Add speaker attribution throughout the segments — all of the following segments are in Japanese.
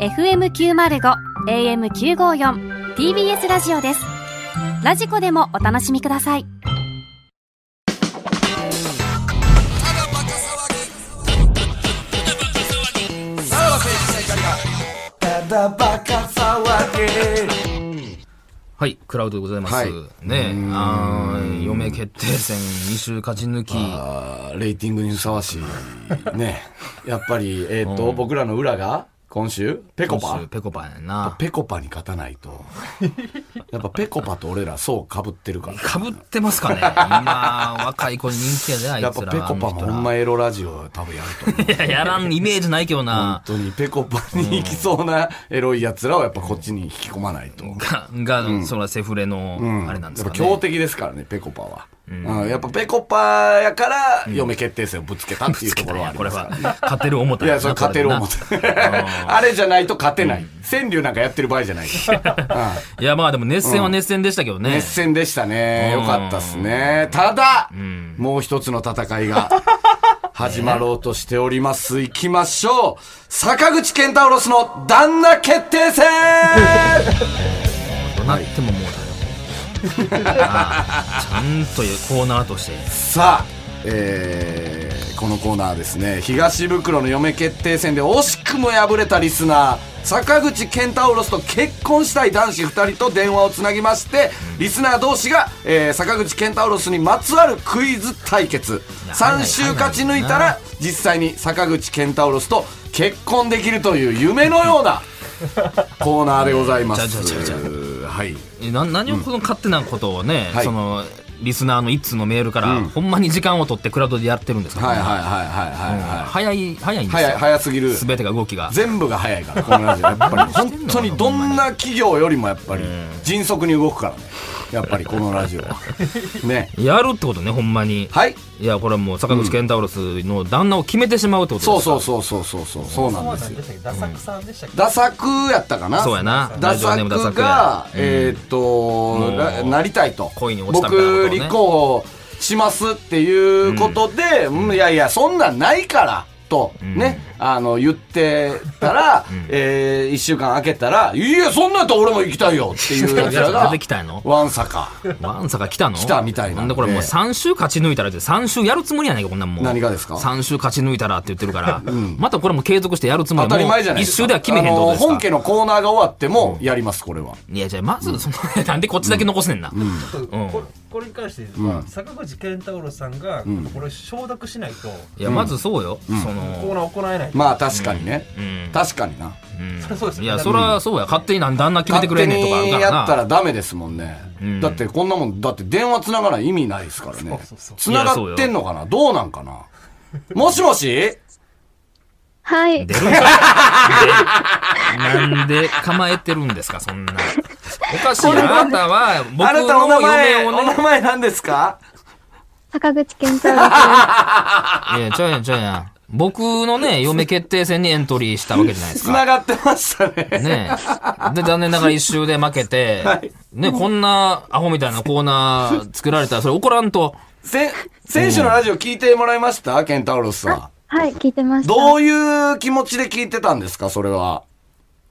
Speaker 1: FM905 AM954 TBS ラジオですラジコでもお楽しみください
Speaker 2: はい、クラウドでございます。
Speaker 3: はい
Speaker 2: ねえ、あー余命決定戦2週勝ち抜き、
Speaker 3: あーレーティングにふさわしい。 ね。やっぱり、えっ、と、僕らの裏が、今週、ペコパ
Speaker 2: 今週ペコパやな。
Speaker 3: ペコパに勝たないと。やっぱペコパと俺らそう被ってる から。
Speaker 2: かぶってま すかね今、若い子に人気やで、あいつら。
Speaker 3: やっぱペコパもほんまエロラジオ多分やると思う。
Speaker 2: いや、やらんイメージないけど
Speaker 3: 本
Speaker 2: な。
Speaker 3: 当にペコパに行きそうなエロい奴らをやっぱこっちに引き込まないと。
Speaker 2: が、が、そらセフレの、あれなんです
Speaker 3: やっ
Speaker 2: か
Speaker 3: ぱ
Speaker 2: ね。
Speaker 3: 強敵ですからね、ペコパは。うん、やっぱペコパやから、嫁決定戦をぶつけたっていうところはあり
Speaker 2: これ
Speaker 3: ますから
Speaker 2: は、勝てる思った
Speaker 3: いや、それ勝てる思っ
Speaker 2: これ
Speaker 3: て。 あれじゃないと勝てない。川柳なんかやってる場合 じゃない。
Speaker 2: な。いや、まあでも熱戦は熱戦でしたけどね。
Speaker 3: 熱戦でしたね。よかったっすね。ただ、もう一つの戦い が始まろうとしております。行きましょう。坂口健太郎の旦那決定戦
Speaker 2: どなってももうだよ。ああちゃんとコーナーとして。
Speaker 3: さあ、えーこのコーナーはですね、東袋の嫁決定戦で惜しくも敗れたリスナー、坂口健太郎と結婚したい男子2人と電話をつなぎまして、リスナー同士が、えー坂口健太郎にまつわるクイズ対決。
Speaker 2: や
Speaker 3: 3週勝ち抜いたら、実際に坂口健太郎と結婚できるという夢のよう なコーナーでございま
Speaker 2: ちゃうちゃうち
Speaker 3: す
Speaker 2: ゃう。
Speaker 3: はい。
Speaker 2: えな何をこの勝手なことをね、
Speaker 3: はい
Speaker 2: そのリスナーの一通のメールから、ほんまに時間を取ってクラウドでやってるんですか
Speaker 3: はいはいはい
Speaker 2: ら、
Speaker 3: はいはいはい。
Speaker 2: 早い早いんですよ
Speaker 3: 早い、早すぎる。
Speaker 2: 全てが動きが
Speaker 3: 全部が早いからこのラジオやっぱり本当にどんな企業よりもやっぱり迅速に動くからねやっぱりこのラジオはね
Speaker 2: やるってことねほんまに、
Speaker 3: はい
Speaker 2: い、やこれはもう坂口健太郎の旦那を決めてしまうってことです
Speaker 3: そう
Speaker 2: う
Speaker 3: そうそうそうそうそうそうなんですよ
Speaker 4: ダサくさんでしたっけ
Speaker 3: ダサくやったかな
Speaker 2: そうやな
Speaker 3: ダサ
Speaker 2: ラジオネームダサ
Speaker 3: く
Speaker 2: くや
Speaker 3: が、えーっと
Speaker 2: う
Speaker 3: ななりたいと
Speaker 2: 恋に落ちたみたいなこと
Speaker 3: 僕
Speaker 2: をね
Speaker 3: 立候補しますっていうことで、うんいやいやそんなんないからとね、あの言ってた ら、え1週間空けたら「いやそんなんやったら俺も行きたいよ」っていうや つら
Speaker 2: やつが
Speaker 3: が
Speaker 2: 出てきたんやの
Speaker 3: わんさか
Speaker 2: ワンサが来たの
Speaker 3: 来たみたいなんで
Speaker 2: んでこれもう3週勝ち抜いたらって3週やるつもりやないかこんなんもう
Speaker 3: 何がですか
Speaker 2: 3週勝ち抜いたらって言って るから、またこれも継続してやるつ
Speaker 3: 当
Speaker 2: もり
Speaker 3: たり前じゃない
Speaker 2: もう
Speaker 3: で
Speaker 2: 一
Speaker 3: すか
Speaker 2: 週では決めへんってこ
Speaker 3: あ
Speaker 2: と
Speaker 3: の
Speaker 2: ですか
Speaker 3: 本家のコーナーが終わってもやりますこれは、
Speaker 2: いやじゃあまずその、なんでこっちだけ残せんな、
Speaker 4: ちょっと
Speaker 2: うん
Speaker 4: これこれに関して、まあ、坂口健太郎さんが、これ承諾しないと、
Speaker 2: いやまずそうよ、そ
Speaker 4: コ
Speaker 2: の
Speaker 4: ーナー行えない、
Speaker 3: まあ確かにね、
Speaker 2: うん
Speaker 3: 確かにな
Speaker 4: そりゃそうですよ
Speaker 2: いや、そら、そうや。勝手になん旦那決めてくれんねんとかあるか
Speaker 3: 勝手にやった
Speaker 2: らな。
Speaker 3: らダメですもんね、
Speaker 2: ん
Speaker 3: だってこんなもんだって電話つながない意味ないですからね
Speaker 4: そうそう
Speaker 3: つながってんのかなどうなんかなもしもし
Speaker 5: はい。
Speaker 2: 出るんじゃんでなんで構えてるんですか、そんな。おかしいな。あなたは、僕
Speaker 3: あなたお名
Speaker 2: の
Speaker 3: 前
Speaker 2: 嫁
Speaker 3: お
Speaker 2: をね
Speaker 3: 名。前なんですか
Speaker 5: 坂口健太郎です。
Speaker 2: いや、ちゃうやん、ちゃうやん。僕のね、嫁決定戦にエントリーしたわけじゃないです
Speaker 3: つ
Speaker 2: か。
Speaker 3: ながってましたね
Speaker 2: ねえ。で、残念ながら一周で負けて、ね、こんなアホみたいなコーナー作られたら、それ怒らんと。
Speaker 3: せ選手のラジオ聞いてもらいましたケンタウロスさん
Speaker 5: はい、聞いてました。
Speaker 3: どういう気持ちで聞いてたんですかそれは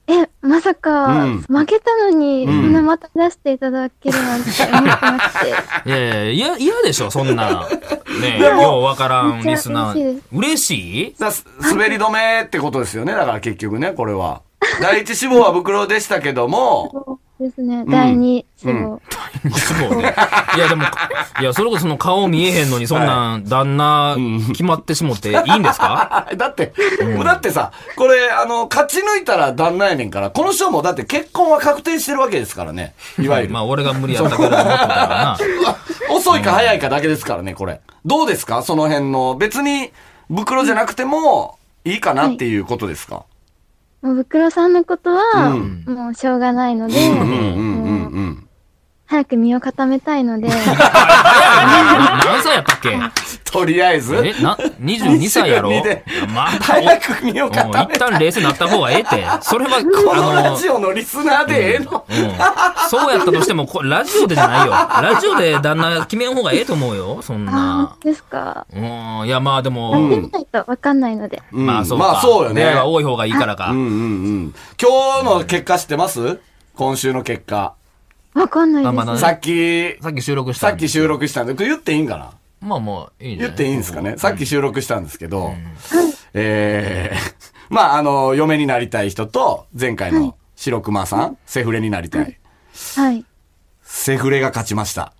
Speaker 5: え、まさか、
Speaker 3: うん
Speaker 5: 負けたのに、そんなまた出していただけるなんて思ってな くて。
Speaker 2: いやいや、嫌、嫌でしょ、そんな。ねえ、
Speaker 3: でも
Speaker 2: ようわからんリスナ
Speaker 5: めっちゃ嬉しい
Speaker 2: ー嬉しい
Speaker 5: です。
Speaker 3: だす滑り止めってことですよねだから結局ねこれは第一志望は袋でしたけども
Speaker 5: そうですね、第二志望。
Speaker 2: すごいね。いや、でも、いや、それこそその顔見えへんのに、そんなん、旦那、決まってしもっていいんですか
Speaker 3: あ だって、だってさ、これ、あの、勝ち抜いたら旦那やねんから、この人もだって結婚は確定してるわけですからね。いわゆる。
Speaker 2: まあ、俺が無理やったから思ってたからな。
Speaker 3: 遅いか早いかだけですからね、これ。どうですかその辺の。別に、袋じゃなくても、いいかなっていうことですか、
Speaker 5: もう、ブクロさんのことは、
Speaker 3: うん
Speaker 5: もう、しょうがないので、
Speaker 3: うんうんうんうん。
Speaker 5: 早く身を固めた いので、
Speaker 2: 何歳やったっけ
Speaker 3: とりあえず。
Speaker 2: え、な、22歳やろ
Speaker 3: 22で
Speaker 2: また、お
Speaker 3: 早く見よう
Speaker 2: うん
Speaker 3: か。
Speaker 2: 一旦冷静になった方がええって。それは、
Speaker 3: このラ
Speaker 2: あ
Speaker 3: ジオのリスナーでええの
Speaker 2: の、うん。そうやったとしても、こラジオでじゃないよ。ラジオで旦那決めん方がええと思うよ、そん
Speaker 5: ああ
Speaker 2: な
Speaker 5: ー、。ですか。
Speaker 2: うん、いや、まあでも、
Speaker 5: やってみないとわかんないので。
Speaker 3: うん
Speaker 2: まあそうか。
Speaker 3: まあそうよね
Speaker 2: 出会いが多い方がいいからか。
Speaker 3: うんうんうん。今日の結果知ってます今週の結果。
Speaker 5: わかんないです。
Speaker 2: あまあ
Speaker 3: さっき、
Speaker 2: さっき収録した
Speaker 3: さ
Speaker 2: ん
Speaker 3: っ
Speaker 2: で
Speaker 3: き収録したんで、これ言っていいんかな
Speaker 2: まあもう、いいね。
Speaker 3: 言っていいんですかね。さっき収録したんですけど、えー、 まああの、嫁になりたい人と、前回の白熊さん、セフレになりたい。
Speaker 5: はい。
Speaker 3: セフレが勝ちました。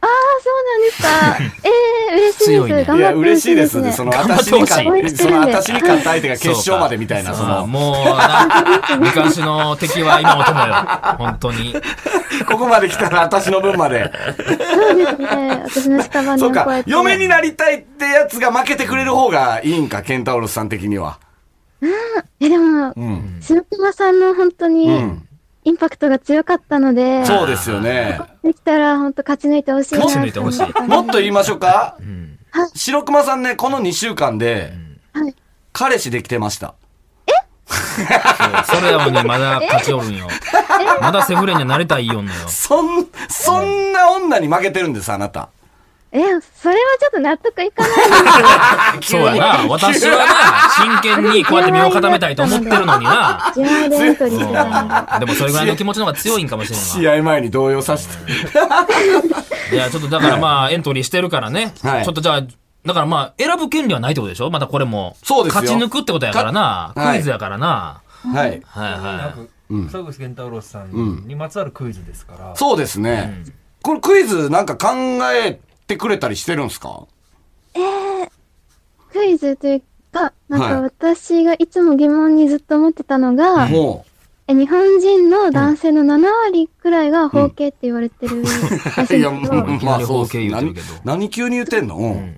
Speaker 5: ああ、そうなんです か。ええー、嬉しい
Speaker 2: 強いね
Speaker 5: です。頑
Speaker 3: い
Speaker 5: 張っ
Speaker 3: や、
Speaker 5: てほ
Speaker 3: 嬉
Speaker 5: し
Speaker 3: し
Speaker 5: い
Speaker 3: いで
Speaker 5: です
Speaker 3: すね。
Speaker 5: ね。
Speaker 3: その、私に勝
Speaker 2: 頑
Speaker 5: 張ってほし
Speaker 3: っ
Speaker 5: い
Speaker 3: その、私に勝った相手が決勝までみたいな、そ
Speaker 2: そうか
Speaker 3: の、
Speaker 2: もうな、昔の敵は今 の友よ。本当に。
Speaker 3: ここまで来たら私の分ま で。
Speaker 5: そうですね。私の屍
Speaker 3: そう
Speaker 5: を超
Speaker 3: か
Speaker 5: え、て。
Speaker 3: 嫁になりたいってやつが負けてくれる方がいいんか、ケンタウロスさん的には。
Speaker 5: え、でも、
Speaker 3: うん。
Speaker 5: 白熊さんの本当
Speaker 3: う
Speaker 5: に
Speaker 3: ん。
Speaker 5: インパクトが強かったので、
Speaker 3: そうですよね。
Speaker 5: できたら本当勝ち抜いてほしいな
Speaker 2: 勝ち抜いてほしい
Speaker 5: と思ったので
Speaker 3: もっと言いましょうか
Speaker 2: ん
Speaker 3: 白熊さんね、この2週間で、
Speaker 5: はい
Speaker 3: 彼氏できてました。
Speaker 2: そうそれやのにまだ勝ちおるんよ。まだセフレにはなれたいよんのよ。
Speaker 3: そん、そんな女に負けてるんです、あなた。
Speaker 5: え、それはちょっと納得いかない
Speaker 2: そうやな。私はな、真剣にこうやって身を固めたいと思ってるのにな。
Speaker 5: 自前でエントリーしてたの。
Speaker 2: うんでもそれぐらいの気持ちの方が強いんかもしれん
Speaker 3: 試
Speaker 2: わ。
Speaker 3: 合前に動揺させて。
Speaker 2: いや、ちょっとだからまあエントリーしてるからね。ち
Speaker 3: はい
Speaker 2: ょっとじゃあ、だからまあ選ぶ権利はないってことでしょまたこれも。
Speaker 3: そうですよ
Speaker 2: 勝ち抜くってことやからな。
Speaker 3: かはい
Speaker 2: クイズやからな。
Speaker 3: はい。
Speaker 2: はい
Speaker 4: な
Speaker 2: は
Speaker 4: く坂口健太郎さんにまつわるクイズですから、
Speaker 3: そうですね。これクイズなんか考えてくれたりしてるんですか
Speaker 5: クイズというか、なん
Speaker 3: はい
Speaker 5: か私がいつも疑問にずっと思ってたのが、
Speaker 3: も
Speaker 5: え日本人の男性の7割くらいが包茎って言われてるら
Speaker 3: う。
Speaker 5: し
Speaker 3: い
Speaker 5: いんで
Speaker 3: や、
Speaker 5: すけど、
Speaker 2: いき
Speaker 3: ま
Speaker 2: な
Speaker 3: あ
Speaker 2: り
Speaker 3: そうっ
Speaker 2: 包
Speaker 3: す
Speaker 2: 茎言うてる
Speaker 3: 何
Speaker 2: けど、
Speaker 3: 何急に言ってんのうん。うん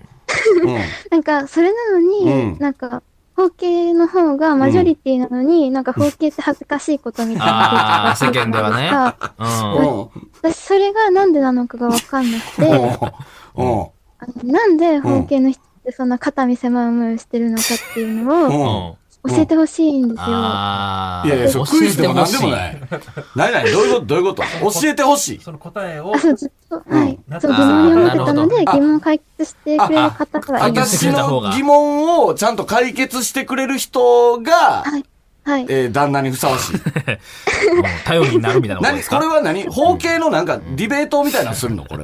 Speaker 5: なんかそれなのに、
Speaker 3: うん
Speaker 5: なんか包茎の方がマジョリティなのに、なんか包茎って恥ずかしいことみたい
Speaker 2: あ
Speaker 5: な
Speaker 2: ー世間ではね
Speaker 5: なんか
Speaker 2: い。うん。
Speaker 3: うん。
Speaker 5: 私それがなんでなのかがわかんなくて、
Speaker 3: うん。
Speaker 5: あのなんで包茎の人ってそんな肩身狭い思いをしてるのかっていう
Speaker 3: う
Speaker 5: のを
Speaker 3: ん。うん。
Speaker 5: 教えてほしいんですよ。
Speaker 2: ああ。
Speaker 3: いやいや、そう
Speaker 2: 教えて
Speaker 3: クイズでも何でも
Speaker 2: ほし
Speaker 3: ない。何々どういうことどういうこと教えてほしい。
Speaker 4: その答えを
Speaker 5: あ、そう、ずっと、はい。
Speaker 4: うん
Speaker 5: そう、疑問に思っ
Speaker 2: あ
Speaker 5: てたので、
Speaker 3: なるほど
Speaker 5: 疑問を解決してくれる方がいます。
Speaker 3: 私の疑問をちゃんと解決してくれる人が、
Speaker 5: はい。はい。
Speaker 3: えー旦那にふさわ しい。
Speaker 2: うん頼りになるみたいなこと
Speaker 3: 何
Speaker 2: です
Speaker 3: こ
Speaker 2: か
Speaker 3: れは何法系のなんかディベートみたいなのするのこれは。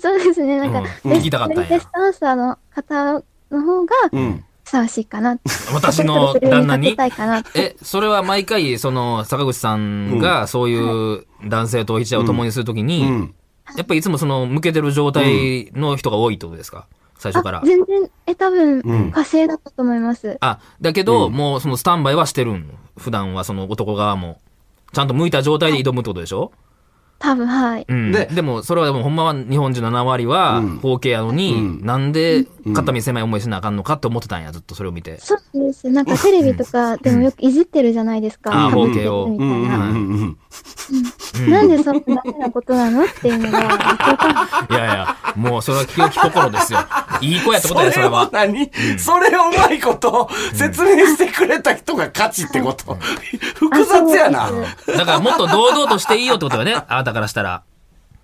Speaker 5: そうですね、なんか、
Speaker 2: うん
Speaker 5: ベ
Speaker 2: 聞きたかったんや
Speaker 5: ベストアンサーの方の方が、
Speaker 3: うん。
Speaker 5: ふさわしいかな。
Speaker 2: 私の旦那
Speaker 5: それをかけ
Speaker 2: に
Speaker 5: たいかな。
Speaker 2: え、それは毎回、その、坂口さんが、そういう男性と一夜を共にするときに、
Speaker 3: うん。
Speaker 2: やっぱりいつもその、向けてる状態の人が多いってことですか最初から
Speaker 5: あ、。全然、え、多
Speaker 3: うん
Speaker 5: 分、火星だったと思います。
Speaker 2: あ、だけど、もうそのスタンバイはしてるん普段はその男側も。ちゃんと向いた状態で挑むってことでしょ
Speaker 5: 多分、はい。
Speaker 2: うん。
Speaker 3: で
Speaker 2: でも、それはでもほんまは日本人7割は
Speaker 3: うん、
Speaker 2: 包茎やのに、
Speaker 3: うん
Speaker 2: なんで、肩身狭い思いしなあかんのかって思ってたんや、ずっとそれを見て。
Speaker 5: そうです。なんかテレビとかでもよくいじってるじゃないですか。
Speaker 2: あー
Speaker 5: ハ
Speaker 2: 包
Speaker 5: ブ
Speaker 2: 茎を
Speaker 5: み
Speaker 3: う
Speaker 5: たい
Speaker 3: んうん
Speaker 5: な。
Speaker 3: うんうん。
Speaker 5: なんでそんなダメなことなのっていうのが、わかんない
Speaker 2: いやいや、もうそれは清き 心ですよ。いい子やってこ
Speaker 3: そ
Speaker 2: とや、そ
Speaker 3: れ
Speaker 2: れ
Speaker 3: を
Speaker 2: は。
Speaker 3: 何それをうまいこと説明してくれた人が勝ちってこと。複雑やな
Speaker 5: あ。そうです
Speaker 2: だからもっと堂々としていいよってことよね。あなたからしたら。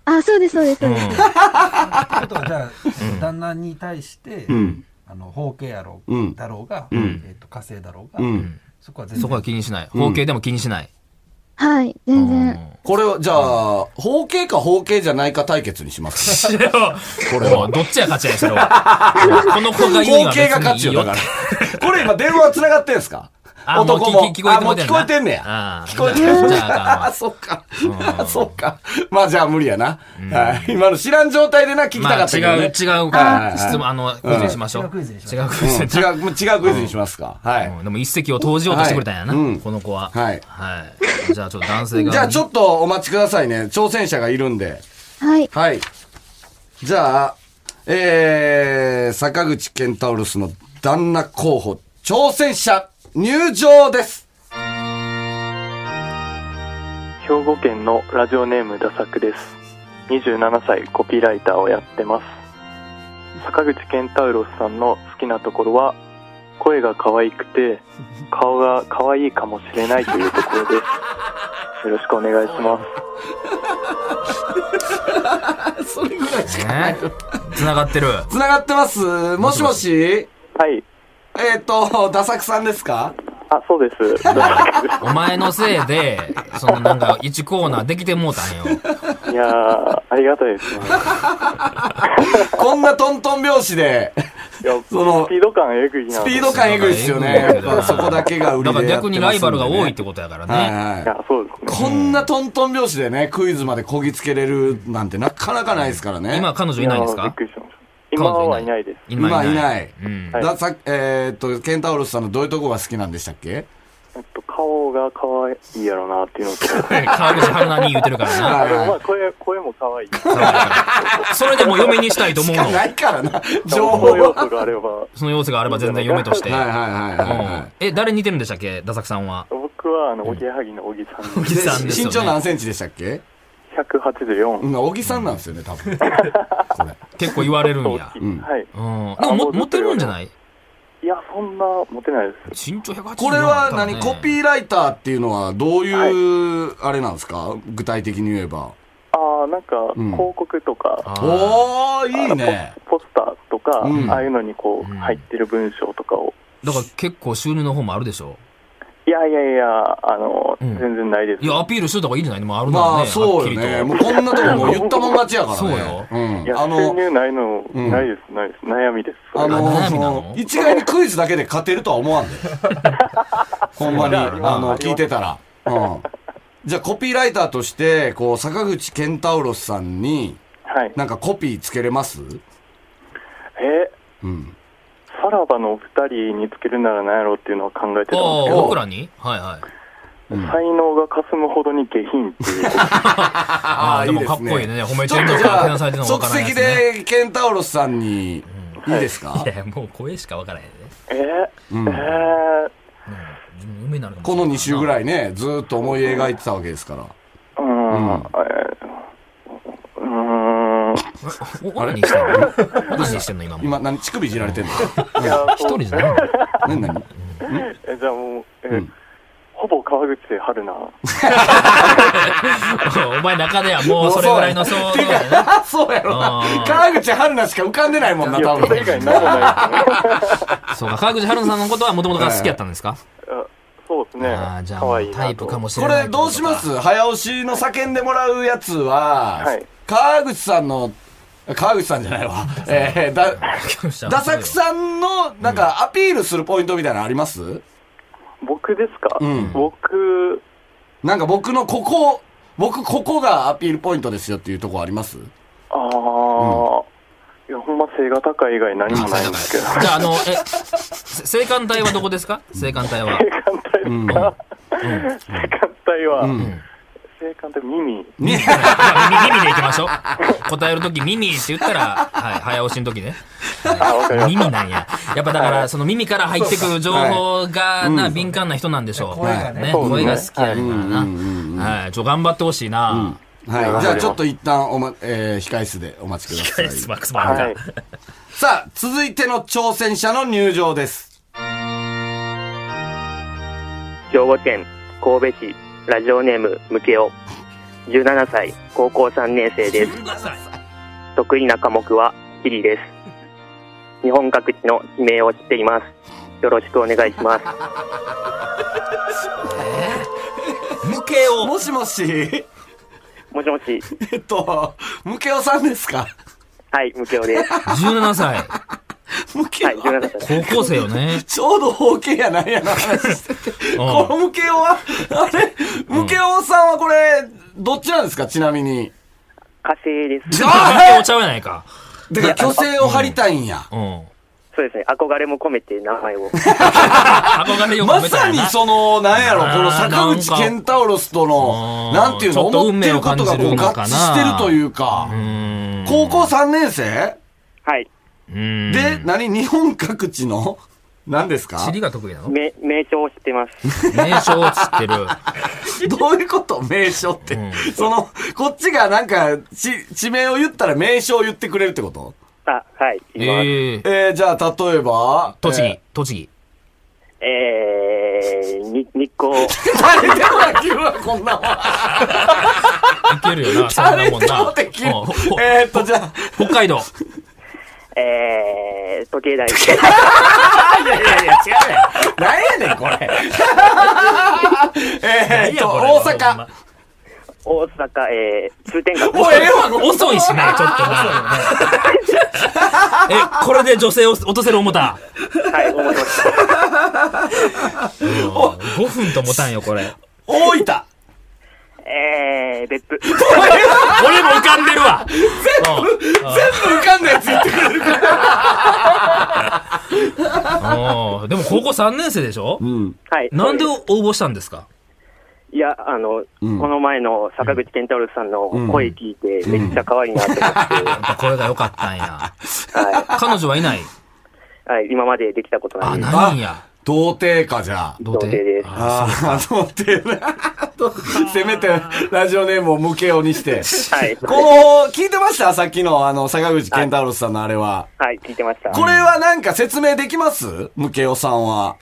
Speaker 5: あ、そうです、そうです、そう
Speaker 2: うん
Speaker 5: です。。
Speaker 4: あとはじゃあ旦那に対して、
Speaker 3: うん。
Speaker 4: あの包茎やろ
Speaker 3: うん
Speaker 4: うだろうが、
Speaker 3: ん
Speaker 4: えっと火星だろうが、
Speaker 3: うん。
Speaker 4: そこは全
Speaker 2: そこは
Speaker 4: 然
Speaker 2: 気にしない。包茎でも気に しない。
Speaker 5: はい、
Speaker 2: う
Speaker 5: 全
Speaker 2: ん
Speaker 5: 然。
Speaker 3: これを、じゃあ、法系か法系じゃないか対決にします。これ
Speaker 2: も
Speaker 3: は
Speaker 2: う。どっちや勝ちや、それは。この子が言うに
Speaker 3: 合
Speaker 2: は
Speaker 3: 計
Speaker 2: 別
Speaker 3: が勝
Speaker 2: に
Speaker 3: ち
Speaker 2: いい
Speaker 3: よ、
Speaker 2: よ
Speaker 3: だ
Speaker 2: っ
Speaker 3: か
Speaker 2: て。
Speaker 3: ら。これ今電話繋がってんすか
Speaker 2: あもう
Speaker 3: 男も。
Speaker 2: 聞き聞こえてもうて
Speaker 3: あ
Speaker 2: ん
Speaker 3: もう聞こえてんねや
Speaker 2: な。
Speaker 3: 聞こえてんね
Speaker 2: うん
Speaker 3: や
Speaker 2: じゃああかん わ
Speaker 3: そっか。あ そっか。まあじゃあ無理やな。はい今の知らん状態でな、聞きた
Speaker 2: ま
Speaker 3: か
Speaker 2: あ
Speaker 3: った
Speaker 2: 違
Speaker 3: けど
Speaker 2: う、違
Speaker 3: ね。
Speaker 2: う質問、あの、クイズにしましょう。
Speaker 4: 違うクイズにしまし
Speaker 2: 違
Speaker 4: ょ
Speaker 2: うクイズに
Speaker 3: 違う、違うクイズにしますか。はい。
Speaker 2: うんでも一石を投じようとしてくれたんやな、
Speaker 3: はいうん
Speaker 2: この子は。
Speaker 3: はい
Speaker 2: はい。じゃあちょっと男性が。
Speaker 3: じゃあちょっとお待ちくださいね。挑戦者がいるんで。
Speaker 5: はい。
Speaker 3: はい。じゃあ、えー、坂口健太ウルスの旦那候補、挑戦者、入場です。
Speaker 6: 兵庫県のラジオネームダサクです27歳コピーライターをやってます坂口健太郎さんの好きなところは声が可愛くて顔が可愛いかもしれないというところですよろしくお願いします
Speaker 3: それぐらいしかない。
Speaker 2: つながってる。
Speaker 3: つながってますもしもしえ
Speaker 6: はい
Speaker 3: っ、と、ダサクさんですか
Speaker 6: あそうです ダサク
Speaker 2: お前のせいで、そのなんか1コーナーできてもうたんよ。
Speaker 6: いやーありがたいですね
Speaker 3: こんなトントン拍子で、
Speaker 6: いや
Speaker 3: その
Speaker 6: スピード感えぐいな
Speaker 3: スピード感エグいっすよね。やっぱそこだけ が売りで
Speaker 2: だから
Speaker 3: やってますんで
Speaker 2: 逆
Speaker 3: ね
Speaker 2: にライバルが多いってことやからね。
Speaker 3: はい
Speaker 6: い
Speaker 3: はい。
Speaker 6: やそうです
Speaker 3: こ
Speaker 6: ね
Speaker 3: んなトントン拍子でね、クイズまでこぎつけれるなんてなかなかないですからね。
Speaker 2: 今彼女いないんです
Speaker 6: やびっ
Speaker 2: か
Speaker 6: くりしました今はいないです
Speaker 3: 今いない
Speaker 2: うん
Speaker 6: はい
Speaker 3: ださえーっと、ケンタウロスさんのどういうとこが好きなんでしたっけ
Speaker 6: えっと顔が可愛いやろなっていうのと
Speaker 2: 川口春奈に言うてるからな。
Speaker 3: はい
Speaker 6: ま
Speaker 3: は
Speaker 6: あ声声も可愛い。
Speaker 2: それでも嫁にしたいと
Speaker 3: い。
Speaker 2: 思
Speaker 3: し
Speaker 2: う
Speaker 3: か
Speaker 2: の。
Speaker 3: ないからな、 情報
Speaker 6: その
Speaker 3: は。
Speaker 6: 要素があれば。
Speaker 2: その要素があれば全然嫁として。
Speaker 3: いはいはいはいは
Speaker 2: うんえ、誰に似てるんでしたっけダサクさんは。
Speaker 6: 僕はあのおぎやはぎの小木さん
Speaker 2: 小
Speaker 3: い。
Speaker 2: 木
Speaker 6: で
Speaker 3: で
Speaker 2: さんですよ
Speaker 3: 身
Speaker 2: ね
Speaker 3: 長何センチでしたっけう
Speaker 6: 184。
Speaker 3: ん、小木さんなんですよね、多 分。これ。
Speaker 2: 結構言われるんや。
Speaker 3: うん
Speaker 6: はい。
Speaker 2: うん。なんかもモテるんじゃない
Speaker 6: いやそんなモテないです。
Speaker 2: 身長180
Speaker 3: これは何、コ
Speaker 2: ー
Speaker 3: ピーライターっていうのはどういう、あれなんですか具体的に言えば。
Speaker 6: ああなんか
Speaker 3: うん
Speaker 6: 広告とか
Speaker 2: あ
Speaker 3: おー、いいね。
Speaker 6: ポスターとか
Speaker 3: うん
Speaker 6: ああいうのにこう
Speaker 2: うん
Speaker 6: 入ってる文章とかを。
Speaker 2: ーだから結構収入の方もあるでしょ。
Speaker 6: いやいやいやあの
Speaker 2: うん
Speaker 6: 全然ないです。
Speaker 2: いや、アピールしといた方がいいんじゃないでもあるならね。
Speaker 3: まあ、そうよ
Speaker 2: は
Speaker 3: ね。
Speaker 2: っき
Speaker 3: もう
Speaker 2: り
Speaker 3: こんなとこもう言ったもん勝ちやからね。
Speaker 2: そうよ
Speaker 3: ん。
Speaker 6: いや
Speaker 3: あ
Speaker 6: 収
Speaker 3: の、
Speaker 6: 入ないの
Speaker 3: うん
Speaker 6: ないですないです悩みです。そ
Speaker 3: あ
Speaker 6: れが
Speaker 3: の、
Speaker 2: 悩
Speaker 3: そ
Speaker 2: みなの
Speaker 3: の、一概にクイズだけで勝てるとは思わんで。ほんまに、
Speaker 6: まあ
Speaker 3: あ
Speaker 6: まあま
Speaker 3: の、
Speaker 6: あ
Speaker 3: 聞いてたら。うん。じゃあ、コピーライターとして、こう、坂口健太郎さんに、
Speaker 6: はい。
Speaker 3: なんかコピーつけれます
Speaker 6: え
Speaker 3: うん。
Speaker 6: さらばのお二人につけるなら何やろうっていうのは考えてたんですけ
Speaker 2: ああ、
Speaker 6: ど。
Speaker 2: 僕らにはいはい。
Speaker 6: 才能が霞むほどに下品っていう。
Speaker 2: あ
Speaker 3: あ
Speaker 2: あ、でもかっこいいね。褒め
Speaker 3: ち
Speaker 2: ち
Speaker 3: ょっ
Speaker 2: ゃう
Speaker 3: と
Speaker 2: と
Speaker 3: じ
Speaker 2: か、
Speaker 3: ゃ
Speaker 2: けなさ
Speaker 3: あ、
Speaker 2: れてるのわ
Speaker 3: 即
Speaker 2: からない
Speaker 3: 席
Speaker 2: すね。
Speaker 3: でケンタウロスさんに、いいですか、
Speaker 2: いや、もう声しかわからへんね。
Speaker 6: えー
Speaker 3: うん
Speaker 6: え
Speaker 2: う
Speaker 6: ー
Speaker 2: ん夢になるかもし
Speaker 3: こ
Speaker 2: れんな
Speaker 3: の2週ぐらいね、ずーっと思い描いてたわけですから。
Speaker 6: うーん、
Speaker 3: うん
Speaker 6: えーうーん、
Speaker 2: おお何してんの何してんの今も。
Speaker 3: 今、何、乳首いじられてんの
Speaker 6: いや、
Speaker 2: 一
Speaker 6: そう
Speaker 2: 人じゃないの
Speaker 3: 何何
Speaker 6: えじゃあもう、え
Speaker 3: うん
Speaker 6: ほぼ川口春奈。
Speaker 2: お前中ではもうそれぐらいのそう
Speaker 3: て
Speaker 2: だよね。
Speaker 3: か、そうやろな
Speaker 2: あ。ー
Speaker 3: 川口春奈しか浮かんでないもんな、
Speaker 6: い
Speaker 3: 多
Speaker 6: や、それ以
Speaker 3: 分。
Speaker 6: 外何もないですね。
Speaker 2: そうか、川口春奈さんのことはもともとが好きやったんですか
Speaker 6: あそうですね。
Speaker 2: ああ、じゃあ
Speaker 6: 可
Speaker 2: も
Speaker 6: 愛いうなと
Speaker 2: タイプかもし
Speaker 3: こ
Speaker 2: れない
Speaker 3: れ
Speaker 2: ってとか。
Speaker 3: どうし ます早押しの叫んでもらうやつは、
Speaker 6: はい
Speaker 3: 川口さんの、川口さんじゃない わ。えー、だ、ダサクさんの、なんか、アピールするポイントみたいなのあります、
Speaker 6: 僕ですか、
Speaker 3: うん
Speaker 6: 僕、
Speaker 3: なんか僕のここ、僕ここがアピールポイントですよっていうとこあります
Speaker 6: ああ、いや、ほんま背が高い以外何もないんですけど。
Speaker 2: じゃあ、あの、え、せ 青函隊はどこですか青函隊は。
Speaker 6: 青函
Speaker 3: う
Speaker 6: 隊、
Speaker 3: ん。
Speaker 6: 青函隊は、
Speaker 3: うん。
Speaker 6: 青函隊耳。
Speaker 2: じゃあ耳耳でいきましょう。答えるとき耳って言ったら、はい、早押しのときね。
Speaker 6: あ、わかりまし
Speaker 2: 耳なんや。やっぱだから、その耳から入ってくる情報が、な、敏感な人なんでしょう。
Speaker 4: 声がね
Speaker 2: ね、
Speaker 6: そうね
Speaker 2: 声が好きやねんから
Speaker 3: うんうんうんうん
Speaker 2: な。はい、ちょ、頑張ってほしいな。
Speaker 3: はい。じゃあちょっと一旦おま、えー、控え室でお待ちください。
Speaker 2: スマックス
Speaker 6: た。
Speaker 2: マン
Speaker 6: は
Speaker 2: が
Speaker 6: い。
Speaker 3: さあ、続いての挑戦者の入場です。
Speaker 7: 兵庫県神戸市ラジオネームムケオ17歳高校3年生です得意な科目は地理です日本各地の地名を知っていますよろしくお願いします
Speaker 2: 無形を。
Speaker 3: もしもし、
Speaker 7: もしもし
Speaker 3: えっと、ムケオさんですか
Speaker 7: はいムケオですは
Speaker 2: 17歳。
Speaker 3: ムケオ、
Speaker 7: い17歳
Speaker 2: 高校生よね。
Speaker 3: ちょうど包茎やなんやの話して て。このムケオは、あれ、ムケオさんはこれ、どっちなんですかちなみに。
Speaker 7: 火星です
Speaker 2: ちょっと無形ちゃうやないか。
Speaker 3: てか、虚勢を張りたいんや。
Speaker 2: うん。
Speaker 7: そうですね憧れも込めて名前を
Speaker 2: 憧れよく
Speaker 3: ま
Speaker 2: 埋めた
Speaker 3: さ
Speaker 2: ん
Speaker 3: に
Speaker 2: やな
Speaker 3: その、なんやろ、
Speaker 2: あー
Speaker 3: この坂口健太郎との、
Speaker 2: なんか
Speaker 3: なんていうの、
Speaker 2: うんちょっと
Speaker 3: 思
Speaker 2: 運
Speaker 3: って
Speaker 2: 命
Speaker 3: る
Speaker 2: を
Speaker 3: こ
Speaker 2: 感
Speaker 3: と
Speaker 2: じ
Speaker 3: が
Speaker 2: る
Speaker 3: こう合
Speaker 2: のかな
Speaker 3: 致してるというか
Speaker 2: う、ーん。
Speaker 3: 高校3年生
Speaker 7: はい
Speaker 2: うん
Speaker 3: で、何日本各地の何ですか
Speaker 2: 地理が得意なの
Speaker 7: 名名称を知ってます。
Speaker 2: 名称を知ってる。
Speaker 3: どういうこと名称って。
Speaker 2: うん
Speaker 3: その、こっちがなんか、地、地名を言ったら名称を言ってくれるってこと
Speaker 7: あ、はい、言います。
Speaker 2: ええ
Speaker 3: えー、じゃあ、例えば、
Speaker 2: 栃
Speaker 3: え
Speaker 2: 木、栃木。
Speaker 7: えー、に、日光、
Speaker 3: ー。誰でもできるわ、こん なもん。
Speaker 2: いけるよな、そん
Speaker 3: 誰
Speaker 2: な
Speaker 3: で
Speaker 2: もんな。
Speaker 3: もできる
Speaker 2: うんほ。
Speaker 3: えーっと、じゃあ、
Speaker 2: 北海道。
Speaker 7: えー、時 計台。
Speaker 3: なんやねん、こ れ。えーっと、
Speaker 2: 何やこれ
Speaker 3: 大阪。。
Speaker 7: 大阪、えー、通天 閣。
Speaker 3: もうええわ、ここ
Speaker 2: 遅いしね、ちょっとな。え、これで女性を落とせる思た。
Speaker 7: はい、思いました。
Speaker 2: 5分と思たんよ、これ。
Speaker 3: 大分。
Speaker 7: えー、別府。
Speaker 2: 俺も浮かんでるわ。
Speaker 3: 全部浮かんだやつ言ってくれるから。
Speaker 2: うんうんでも高校3年生でしょ
Speaker 3: うん。
Speaker 7: はい。
Speaker 2: なんで応募したんですか
Speaker 7: いや、あの、
Speaker 3: ん
Speaker 7: この前の坂口健太郎さんの声聞いて、めっちゃ可愛いなと思って、
Speaker 2: やっぱこれが良かったんや。
Speaker 7: は
Speaker 2: 彼女はいない。
Speaker 7: い。はい、今までできたことな
Speaker 2: あ、
Speaker 7: いです。
Speaker 2: ないんや。
Speaker 3: 童貞か、じゃあ。
Speaker 2: 童
Speaker 7: 童貞です。
Speaker 2: あ
Speaker 3: ああ、童貞な。 せめて、ラジオネームを無形にして。
Speaker 7: はい。
Speaker 3: この、聞いてましたさっきの、あの、坂口健太郎さんのあれは。
Speaker 7: はい、聞いてました。
Speaker 3: これはなんか説明できますムケオさんは。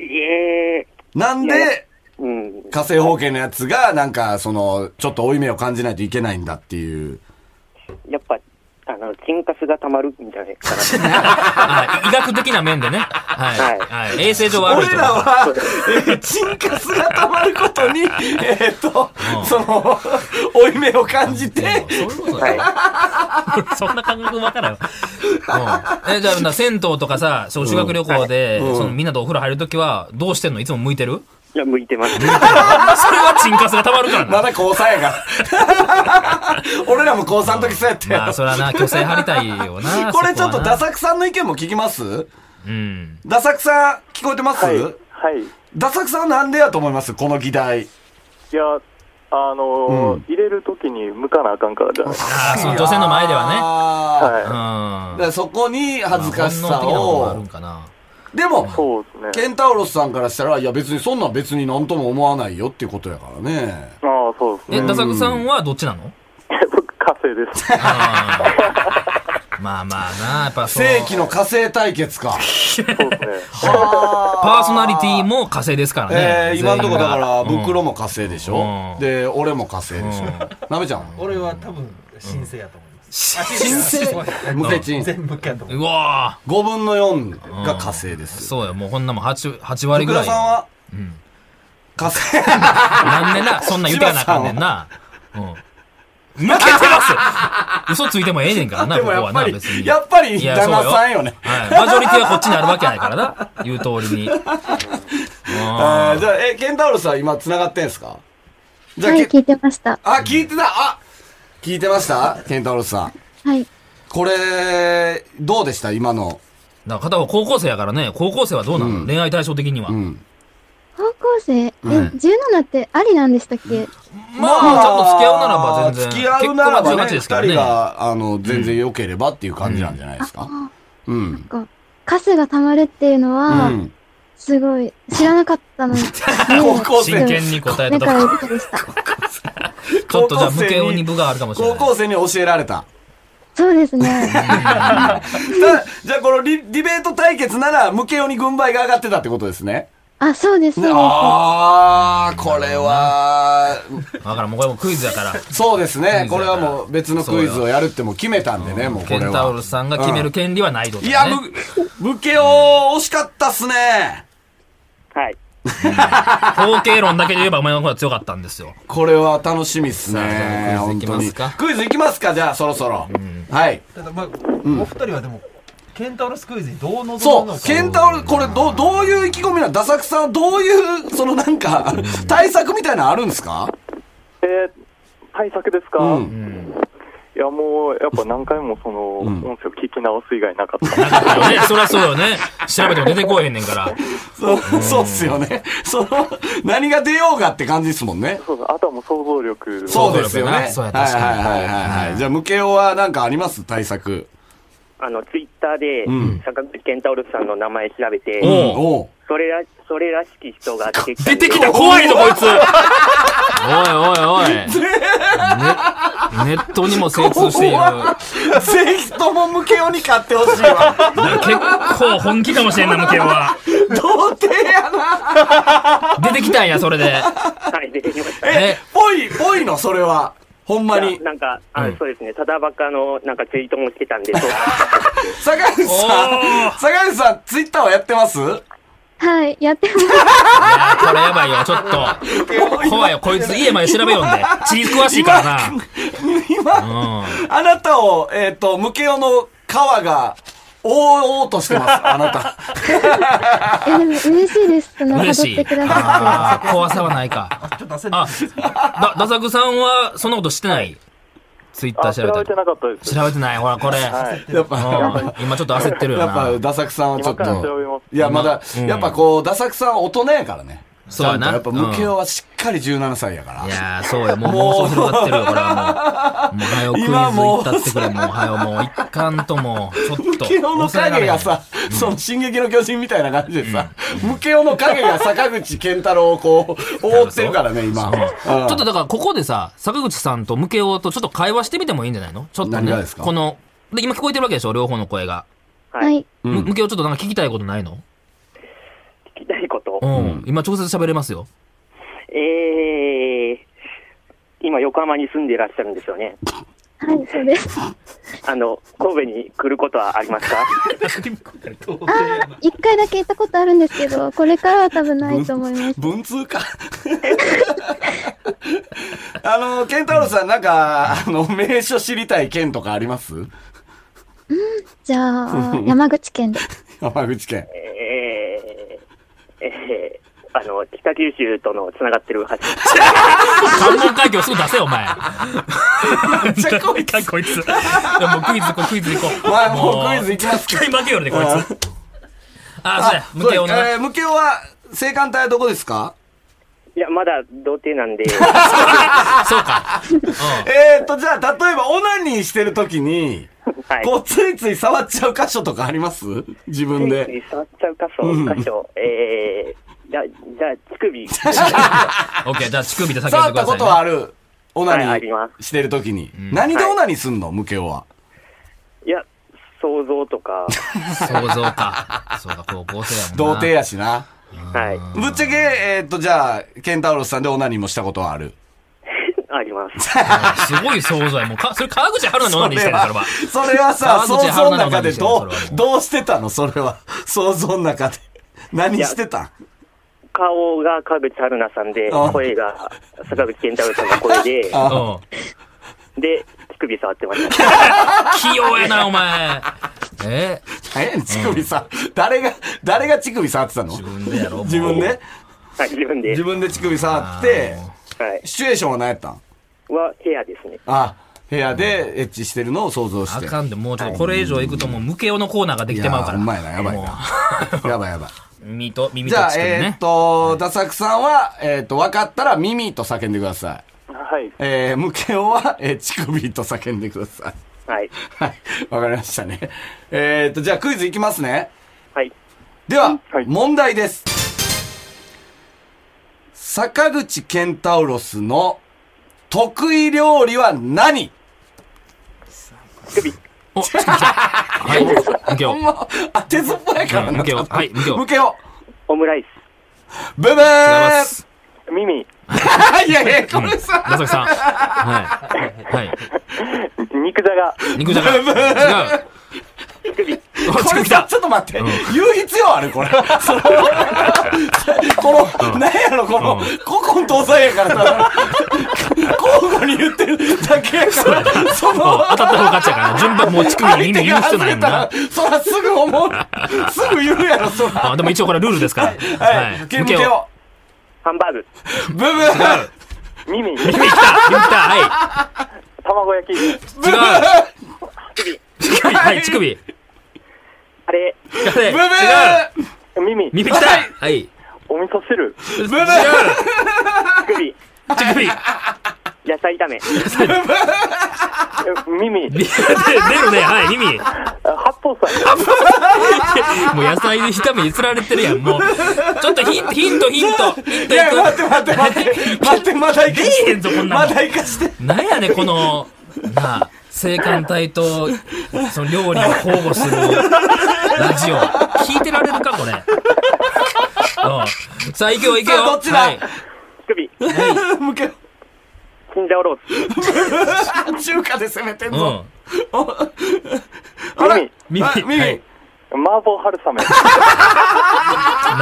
Speaker 7: え
Speaker 3: なんで、
Speaker 7: ー、うん。
Speaker 3: 火星方形のやつが、なんか、その、ちょっと負い目を感じないといけないんだっていう。
Speaker 7: やっぱ、あの、チンカスが溜まるんじゃないかな。
Speaker 2: はい医学的な面でね。はい。はい。衛生上悪
Speaker 3: 俺
Speaker 2: いと
Speaker 3: ら
Speaker 2: か。
Speaker 3: は、えーチンカスが溜まること に、えーっと、その、負い目を感じて、
Speaker 2: そういうことだよ。 そんな感覚わからんよ。うんえ、じゃあな、銭湯とかさ、そう修学旅行で、
Speaker 3: うん
Speaker 2: そのみんなとお風呂入るときは、どうしてんのいつも向いてる
Speaker 7: いや、向いてます。
Speaker 2: それはチンカスが溜まるから
Speaker 3: ま
Speaker 2: な。
Speaker 3: だ高3やから。 俺らも高3の時そうやったよ
Speaker 2: まあ、それはな、虚勢張りたい よな。
Speaker 3: これちょっとダ
Speaker 2: さ
Speaker 3: サくさんの意見も聞きます
Speaker 2: うん。
Speaker 3: ダサくさん、聞こえてます、
Speaker 6: はい。はい。い
Speaker 3: ダサくさんなんでやと思いますこの議題。
Speaker 6: や、あのー入れるときに向かなあかんからじゃないですか。
Speaker 2: ああ、その女性の前ではね。
Speaker 3: は
Speaker 2: う
Speaker 6: は
Speaker 3: だ
Speaker 2: ん。
Speaker 3: からそこに恥ずかしさ
Speaker 2: まあ本能的なものがある
Speaker 3: を
Speaker 2: ん。かな。
Speaker 3: で
Speaker 6: い。
Speaker 3: も、
Speaker 6: そうです
Speaker 3: ケ
Speaker 6: ね。
Speaker 3: ンタウロスさんからしたら、いや別にそんなん別になんとも思わないよっていうことやからね。
Speaker 6: ああ、そうです
Speaker 2: え、
Speaker 6: ね。
Speaker 2: ダサクさんはどっちなの
Speaker 6: 僕、火星です。
Speaker 2: うんまあまあな、やっぱその
Speaker 3: 世紀の火星対決か。
Speaker 6: そうですね。
Speaker 2: パ
Speaker 3: パ
Speaker 2: ーソナリティ。も火星ですからね
Speaker 3: え。ー、今んとこだから、
Speaker 2: 全員が
Speaker 3: 袋も火星でしょ、
Speaker 2: うん
Speaker 3: で、俺も火星でしょ、なべちゃん
Speaker 4: 俺は多分、新生やと思います。
Speaker 3: 新生無
Speaker 4: 生
Speaker 3: ケチン。
Speaker 4: 全部けやと思
Speaker 2: う
Speaker 4: い
Speaker 2: んうわ
Speaker 3: 5分の4が火星で
Speaker 2: ー
Speaker 3: す。
Speaker 2: そうよ、もうこんなもん 8, 8割ぐ
Speaker 3: 福
Speaker 2: ら
Speaker 3: 田
Speaker 2: い。
Speaker 3: さんは、火星。
Speaker 2: なんでな、そんなん言ってかなあかんねんな。うん。向けてます嘘ついてもええねんからな、
Speaker 3: で
Speaker 2: ここ
Speaker 3: もや
Speaker 2: は
Speaker 3: っぱ
Speaker 2: な、
Speaker 3: り
Speaker 2: 別に。、
Speaker 3: やっぱり
Speaker 2: いや
Speaker 3: 旦那さんよね。
Speaker 2: はい。マジョリティはこっちにあるわけないからな、言う通りに。
Speaker 3: あー
Speaker 2: あ
Speaker 3: じゃあ、え、ケンタウロスは今繋がってんすかじゃあ、
Speaker 5: はい、
Speaker 3: け
Speaker 5: 聞いてました。
Speaker 3: あ、聞いてたあ聞いてましたケンタウロスさん。
Speaker 5: はい。
Speaker 3: これ、どうでした今の。
Speaker 2: だから片方高校生やからね、高校生はどうなの、恋愛対象的には。
Speaker 3: うん。
Speaker 5: 高校生、え、17ってありなんでしたっけ
Speaker 2: まあ、ちゃんと付き合うならば全然。
Speaker 3: 付き合うならば、
Speaker 2: 結婚は
Speaker 3: ね、
Speaker 2: 18
Speaker 3: 二
Speaker 2: です
Speaker 3: 人
Speaker 2: からね。
Speaker 3: が、あの、全然良ければっていう感じなんじゃないですか。うん。
Speaker 5: かカスが溜まるっていうの
Speaker 3: う
Speaker 5: は、
Speaker 3: ん。
Speaker 5: すごい、知らなかったので、
Speaker 3: 高校生
Speaker 2: 真剣に答えたとこ
Speaker 5: 仲良い人でした。
Speaker 2: ちょっとじゃあ、無形に部があるかもしれな
Speaker 3: 高
Speaker 2: い。
Speaker 3: 校生に教えられた。
Speaker 5: そうで すね。
Speaker 3: たじゃあ、このリディベート対決なら、無形に軍配が上がってたってことですね。
Speaker 5: あ、そうです、そうです。
Speaker 3: ああ、これは、
Speaker 2: だからんもうこれもクイズやから。
Speaker 3: そうですね。
Speaker 2: クイ
Speaker 3: こ
Speaker 2: ズ
Speaker 3: れ
Speaker 2: やから
Speaker 3: はもう別のクイズをやるってもう決めたんでね、もうこ
Speaker 2: ケ
Speaker 3: れ
Speaker 2: ンタウ
Speaker 3: は
Speaker 2: ル。さんが決める権利はないと、ね
Speaker 3: いや、む、武家を惜しかったっすね。
Speaker 7: はい。
Speaker 2: 方形論だけで言えばお前の方が強かったんですよ。
Speaker 3: これは楽しみっすね。
Speaker 2: さあじゃあクイ
Speaker 3: 本
Speaker 2: ズいき
Speaker 3: 当
Speaker 2: ま
Speaker 3: に。
Speaker 2: すか
Speaker 3: クイズいきますかじゃあ、そろそろ。はい。
Speaker 4: ます。ただ、まあ、お二人はでも、ケンタウロスクイズにどう臨むのか。
Speaker 3: そう、ケンタウル、これどう、どういう意気込みなのダサクさんはどういう、そのなんか、対策みたいなのあるんですか
Speaker 6: えー、対策ですか、
Speaker 3: うん
Speaker 6: いや、もう、やっぱ何回もその、
Speaker 3: ん
Speaker 6: 音声を聞き直す以外なかった。
Speaker 2: だからね、そりゃそうよね。調べても出てこえへんねんから。
Speaker 3: そう そうっすよね。その、何が出ようがって感じですもんね。
Speaker 6: そうそうあとはもう想像力を
Speaker 3: そうですよね。はい
Speaker 2: そうや
Speaker 3: はいはいはいはい。じゃあ、無形はなんかあります対策。
Speaker 7: あの、ツイッターで、
Speaker 3: うん
Speaker 7: 坂口健太郎さんの名前調べて、
Speaker 2: おう
Speaker 3: おう
Speaker 7: それら、それらしき人が出てきた
Speaker 2: 出
Speaker 7: んで
Speaker 2: てきた怖いぞこいつおいおいおい、ね、ネットにも精通している
Speaker 3: ぜひともムケオに買ってほしいわ。
Speaker 2: 結構本気かもしれんな向けは
Speaker 3: 童貞やな。
Speaker 2: 出てきたんやそれで
Speaker 7: はい、出てきました。
Speaker 2: え
Speaker 3: え、ぽい、ぽいの、それは。ほんまに
Speaker 7: な。なんか、あ
Speaker 2: うん
Speaker 7: そうですね、ただバカの、なんかツイートもしてたんで、そう
Speaker 3: 坂口さん、坂口さん、ツイッターはやってます
Speaker 5: はい、やってます。
Speaker 2: あこれやばいよちょっと怖いよこいつ家まで調べよんで地理詳しいからな
Speaker 3: 今、
Speaker 2: う
Speaker 3: あなたを、えっ、と、ムケオの皮が、覆おうとしてます、あな た。
Speaker 5: え、でも嬉しいです。その、
Speaker 2: ん
Speaker 5: 辿
Speaker 2: 嬉し
Speaker 5: って
Speaker 2: い
Speaker 5: くださ
Speaker 2: あー怖さはないか
Speaker 4: ちょっと焦
Speaker 2: あ
Speaker 4: っ
Speaker 2: だダサクさんはそんなことしてないツイッター
Speaker 6: あ
Speaker 2: 調べ
Speaker 6: 調
Speaker 2: た
Speaker 6: べ
Speaker 2: り
Speaker 6: てなかったです
Speaker 2: 調べてないほらこれ
Speaker 6: はい
Speaker 3: やっぱ、
Speaker 2: うん今ちょっと焦ってるよ
Speaker 3: やっぱ、
Speaker 2: な
Speaker 3: ダサクさんはちょっ
Speaker 6: 今から調べま
Speaker 3: と。
Speaker 6: す
Speaker 3: いや、まだ、
Speaker 2: うん
Speaker 3: やっぱこう、ダサクさんは大人やからね。
Speaker 2: そうやな
Speaker 3: ちゃんとやっぱ、ムケオ
Speaker 2: うん
Speaker 3: はしっかり17歳やから
Speaker 2: い。やーそうよもうもう広がってるよこれはもうもう早うクイズ行ったってくれもう早うもう一貫ともうちょっと
Speaker 3: ムケオの影がさ、その、進撃の巨人みたいな感じでさ、ムケオの影が坂口健太郎をこう、覆ってるからね、今。
Speaker 2: そう
Speaker 3: うん
Speaker 2: ちょっとだからここでさ、坂口さんと向けようとちょっと会話してみてもいいんじゃないのちょっと
Speaker 3: 何
Speaker 2: ね
Speaker 3: がです。か
Speaker 2: この、で今聞こえてるわけでしょ両方の声が。
Speaker 5: い。はい。
Speaker 3: うん
Speaker 2: む向けようちょっとなんか聞きたいことないの
Speaker 7: 聞きたいこと
Speaker 2: う。ん。今直接喋れますよ。
Speaker 7: えー、今、横浜に住んでいらっしゃるんですよね。
Speaker 5: はい、そうです。
Speaker 7: あの、神戸に来ることはありますか
Speaker 5: 一回だけ行ったことあるんですけど、これからは多分ないと思います。
Speaker 3: 文通か あの、ケンタロウさん、なんか、あの、名所知りたい県とかあります
Speaker 5: じゃあ、山口県で。
Speaker 3: 山口県。
Speaker 7: えー、えー、あの、北九州とのつながってる 橋。
Speaker 2: 関門海峡すぐ出せよ、お 前。めっ
Speaker 3: ちゃこいつ
Speaker 2: こい つ。いやもうクイズ行こう、クイズ行こう。
Speaker 3: まあもうクイズ行きます
Speaker 2: 一回負けよるで、こい
Speaker 3: あ
Speaker 2: つ。あ、そうや。向けよう
Speaker 3: そうです
Speaker 2: な。
Speaker 3: えームケオは、青函隊はどこですか
Speaker 7: いや、まだ童貞 なんで、
Speaker 2: そうか。
Speaker 3: えーと、じゃあ、例えば、オナニーしてるときに、
Speaker 7: はい。
Speaker 3: こう、ついつい触っちゃう箇所とかあります自分
Speaker 7: つい
Speaker 3: で。
Speaker 7: つい触っちゃう箇所、箇所、えー、じゃ、じゃあ、乳 首。
Speaker 2: オッケー、じゃあ乳首で叫んでくださ
Speaker 3: 触
Speaker 2: い、ね。
Speaker 3: ったことはあるオナニ
Speaker 7: はいありま
Speaker 3: ーしてるときに。何でオナニーすんのムケオは。
Speaker 7: いや、想像とか、
Speaker 2: 想像か。そうか、高校生やもんな。
Speaker 3: 童貞やしな。
Speaker 7: はい、
Speaker 3: ぶっちゃけ、えーと、じゃあ、ケンタロウさんでオナニーもしたことは ある
Speaker 7: あります。
Speaker 2: すごい想像や。もうか、それ川口春奈のオナニーしてるの、それは。
Speaker 3: それはさ、
Speaker 2: 川
Speaker 3: 想
Speaker 2: 口
Speaker 3: 像
Speaker 2: 春
Speaker 3: の
Speaker 2: 奈の
Speaker 3: 中でど
Speaker 2: 話だよそれはも
Speaker 3: う、
Speaker 2: う
Speaker 3: どうしてたのそれは。 想像の中で。何してたん
Speaker 7: 顔が川口春奈さんで
Speaker 3: あ、
Speaker 7: 声が坂口健太郎さんの声 で、
Speaker 2: うん。
Speaker 7: で、乳首触ってました。
Speaker 2: 器用やな、お前。え
Speaker 3: 何やねん、乳首さ、誰が、誰が乳首触ってたの
Speaker 2: 自分でやろ
Speaker 3: 自分で
Speaker 7: はい、自分で。
Speaker 3: 自分で乳首触って、
Speaker 7: はい。
Speaker 3: シチュエーションは何やったん
Speaker 7: は、部屋ですね。
Speaker 3: あ、部屋でエッチしてるのを想像し
Speaker 2: あ
Speaker 3: て。
Speaker 2: かんで、もうちょっとこれ以上行くともう、無形のコーナーができてまうから。
Speaker 3: いやーほんまやなやばいな
Speaker 2: も
Speaker 3: やばいやばい。
Speaker 2: う耳と、耳
Speaker 3: じ
Speaker 2: と
Speaker 3: ゃあ、
Speaker 2: 乳首
Speaker 3: えーっ
Speaker 2: ね。
Speaker 3: と、ダサクさんは、えーっと、分かったら耳と叫んでください。
Speaker 6: はい
Speaker 3: えー、ムケオは、 えー、乳首と叫んでください。
Speaker 7: はい。
Speaker 3: はい、わかりましたね。えー、っと、じゃあクイズいきますね。
Speaker 7: はい。
Speaker 3: では、
Speaker 6: はい
Speaker 3: 問題です。坂口健太郎スの得意料理は何
Speaker 2: お、乳首来た。はい、無形。
Speaker 3: もうあ、手ずっぽやからな。
Speaker 2: うん向けようはい向けよう
Speaker 3: 向けよ
Speaker 7: オムライス。
Speaker 3: うブブー
Speaker 2: す。
Speaker 6: 耳
Speaker 3: いやいや、これさ、
Speaker 2: ダサキさん。はい。はい。
Speaker 6: 肉じゃが
Speaker 2: 肉じゃが。違う。乳首。
Speaker 3: こ
Speaker 2: 乳
Speaker 3: れ
Speaker 2: 首来た
Speaker 3: さ、。ちょっと待って、言う必要あるこれ。その、この、なんやろ、この、古今東西やからさ、交互に言ってるだけやから、そ
Speaker 2: うん
Speaker 3: の、
Speaker 2: 当たった方が勝ちやからな順番もう乳首に
Speaker 3: 相
Speaker 2: 耳
Speaker 3: 手
Speaker 2: 言う
Speaker 3: が
Speaker 2: 必要
Speaker 3: 外
Speaker 2: ない
Speaker 3: れ
Speaker 2: もん
Speaker 3: た
Speaker 2: な
Speaker 3: ら。、そらすぐ思う。すぐ言うやろ、そら。
Speaker 2: あ、でも一応これはルールですから。
Speaker 3: はい、向け
Speaker 2: を。
Speaker 3: よ
Speaker 7: ハンバーグ。
Speaker 3: う。ブブー
Speaker 6: 耳
Speaker 2: 耳来た。耳来た。は
Speaker 6: 卵焼き
Speaker 3: ブブー
Speaker 2: い。乳首。はい、乳首。
Speaker 7: あれ、
Speaker 2: 違
Speaker 3: ブ
Speaker 2: う
Speaker 3: ブ。ー
Speaker 6: 耳
Speaker 2: 耳来た。はい。
Speaker 6: お味噌汁
Speaker 3: ブブ
Speaker 7: 乳
Speaker 3: ー
Speaker 7: 首。
Speaker 2: 乳首。
Speaker 7: 焼野菜炒め。
Speaker 6: え耳
Speaker 2: 出るね、はい、耳。
Speaker 6: あ八方斎
Speaker 2: もう野菜で炒めに釣られてるやん、もう。ちょっとヒント、ヒント、ヒント、ヒン
Speaker 3: い
Speaker 2: ト
Speaker 3: や、待っ
Speaker 2: い
Speaker 3: て待って待って。 待って、まだいかし
Speaker 2: 出え
Speaker 3: て。
Speaker 2: へんぞこんな
Speaker 3: ま
Speaker 2: もん
Speaker 3: だいかして。
Speaker 2: く。なんやねん、この、なあ、青函隊と、その料理を交互するラジオ。聞いてられるか、これ。うん。さあ、行くよ、行く
Speaker 3: さ
Speaker 2: よ。
Speaker 3: あどっちだ
Speaker 2: はい
Speaker 7: 乳首、
Speaker 3: 向け、
Speaker 7: チンジャオロース。
Speaker 3: 中華で攻めてん
Speaker 2: う
Speaker 3: ぞ。
Speaker 2: ん。
Speaker 3: あら
Speaker 6: 耳
Speaker 2: 耳
Speaker 3: あ耳、
Speaker 2: はい
Speaker 6: 麻婆春雨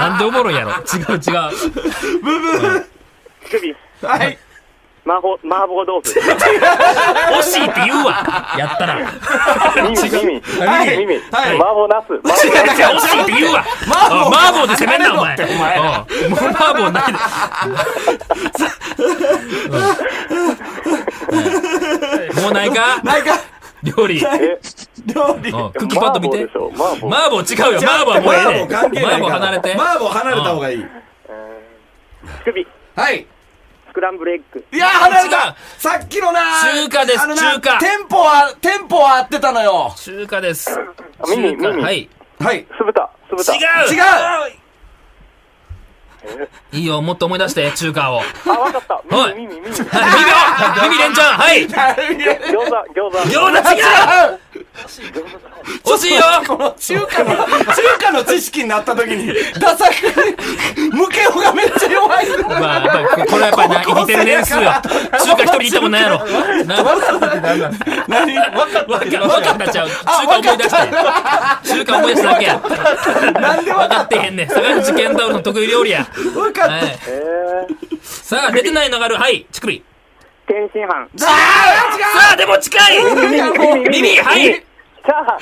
Speaker 2: なんでおもろいやろ。違う、違う。
Speaker 3: ブブー。
Speaker 7: 乳首、
Speaker 3: はい。
Speaker 7: 麻婆、麻婆豆腐。
Speaker 2: 惜しいって言うわ。やったら。
Speaker 6: 耳
Speaker 2: はい
Speaker 6: 耳耳
Speaker 2: はい
Speaker 6: 麻婆ナス麻
Speaker 2: 違う違う、惜しいって言うわ。
Speaker 3: 麻婆
Speaker 2: あ麻婆で攻めんな、お前。
Speaker 3: 慣れろってお前
Speaker 2: うんもう麻婆ないで。うんもうないか
Speaker 3: ないか。
Speaker 2: 料理。う
Speaker 6: え
Speaker 3: 料理。
Speaker 2: んクッキーパッド見て
Speaker 6: 麻。婆でしょ麻婆
Speaker 2: 麻婆違うよ。麻婆はもうええ
Speaker 3: 麻
Speaker 2: ねん。
Speaker 3: 婆関係ない
Speaker 2: 麻
Speaker 3: から
Speaker 2: 婆離れて。
Speaker 3: 麻婆離れた方がいい。
Speaker 7: 乳首、
Speaker 3: はい。
Speaker 7: スクランブルエッグ。
Speaker 3: いや、離れ
Speaker 2: 違う
Speaker 3: たさっきのな
Speaker 2: 中華です
Speaker 3: あのな
Speaker 2: 中華
Speaker 3: テンポは、テンポは合ってたのよ。
Speaker 2: 中華です。
Speaker 6: 耳
Speaker 2: 中華。
Speaker 6: 耳
Speaker 2: はい。違
Speaker 3: はい。違
Speaker 6: 酢豚酢豚
Speaker 2: う
Speaker 3: う
Speaker 2: いいよ、もっと思い出して、中華を。はい、
Speaker 6: あわかった
Speaker 2: おい
Speaker 6: 耳耳耳餃
Speaker 2: 耳を耳連ちゃんはい
Speaker 6: 子餃子
Speaker 2: 餃子違う惜しいよ
Speaker 3: この中華の、中華の知識になった時に、ダサく、ムケオがめっちゃ弱い。
Speaker 2: まあ、やっぱりこれはやっぱりな、生きてる年数よ。中華一人いたもんなんやろ。な
Speaker 3: わかったって何なん何わかった
Speaker 2: わ
Speaker 3: っ
Speaker 2: か
Speaker 3: て
Speaker 2: わかったちゃう。中華思い出して。中華思い出しただけや。
Speaker 3: なんでわ
Speaker 2: 分
Speaker 3: か
Speaker 2: か
Speaker 3: っ
Speaker 2: ってへんねん。坂口健太郎の得意料理や。
Speaker 3: たわか
Speaker 2: は
Speaker 3: っ
Speaker 2: い。さあ、出てないのがある。はい、乳首。
Speaker 7: 天津飯、
Speaker 3: た。あ
Speaker 2: さあ、でも近い
Speaker 3: ー違うもう
Speaker 2: 耳、はい正
Speaker 6: チャーハン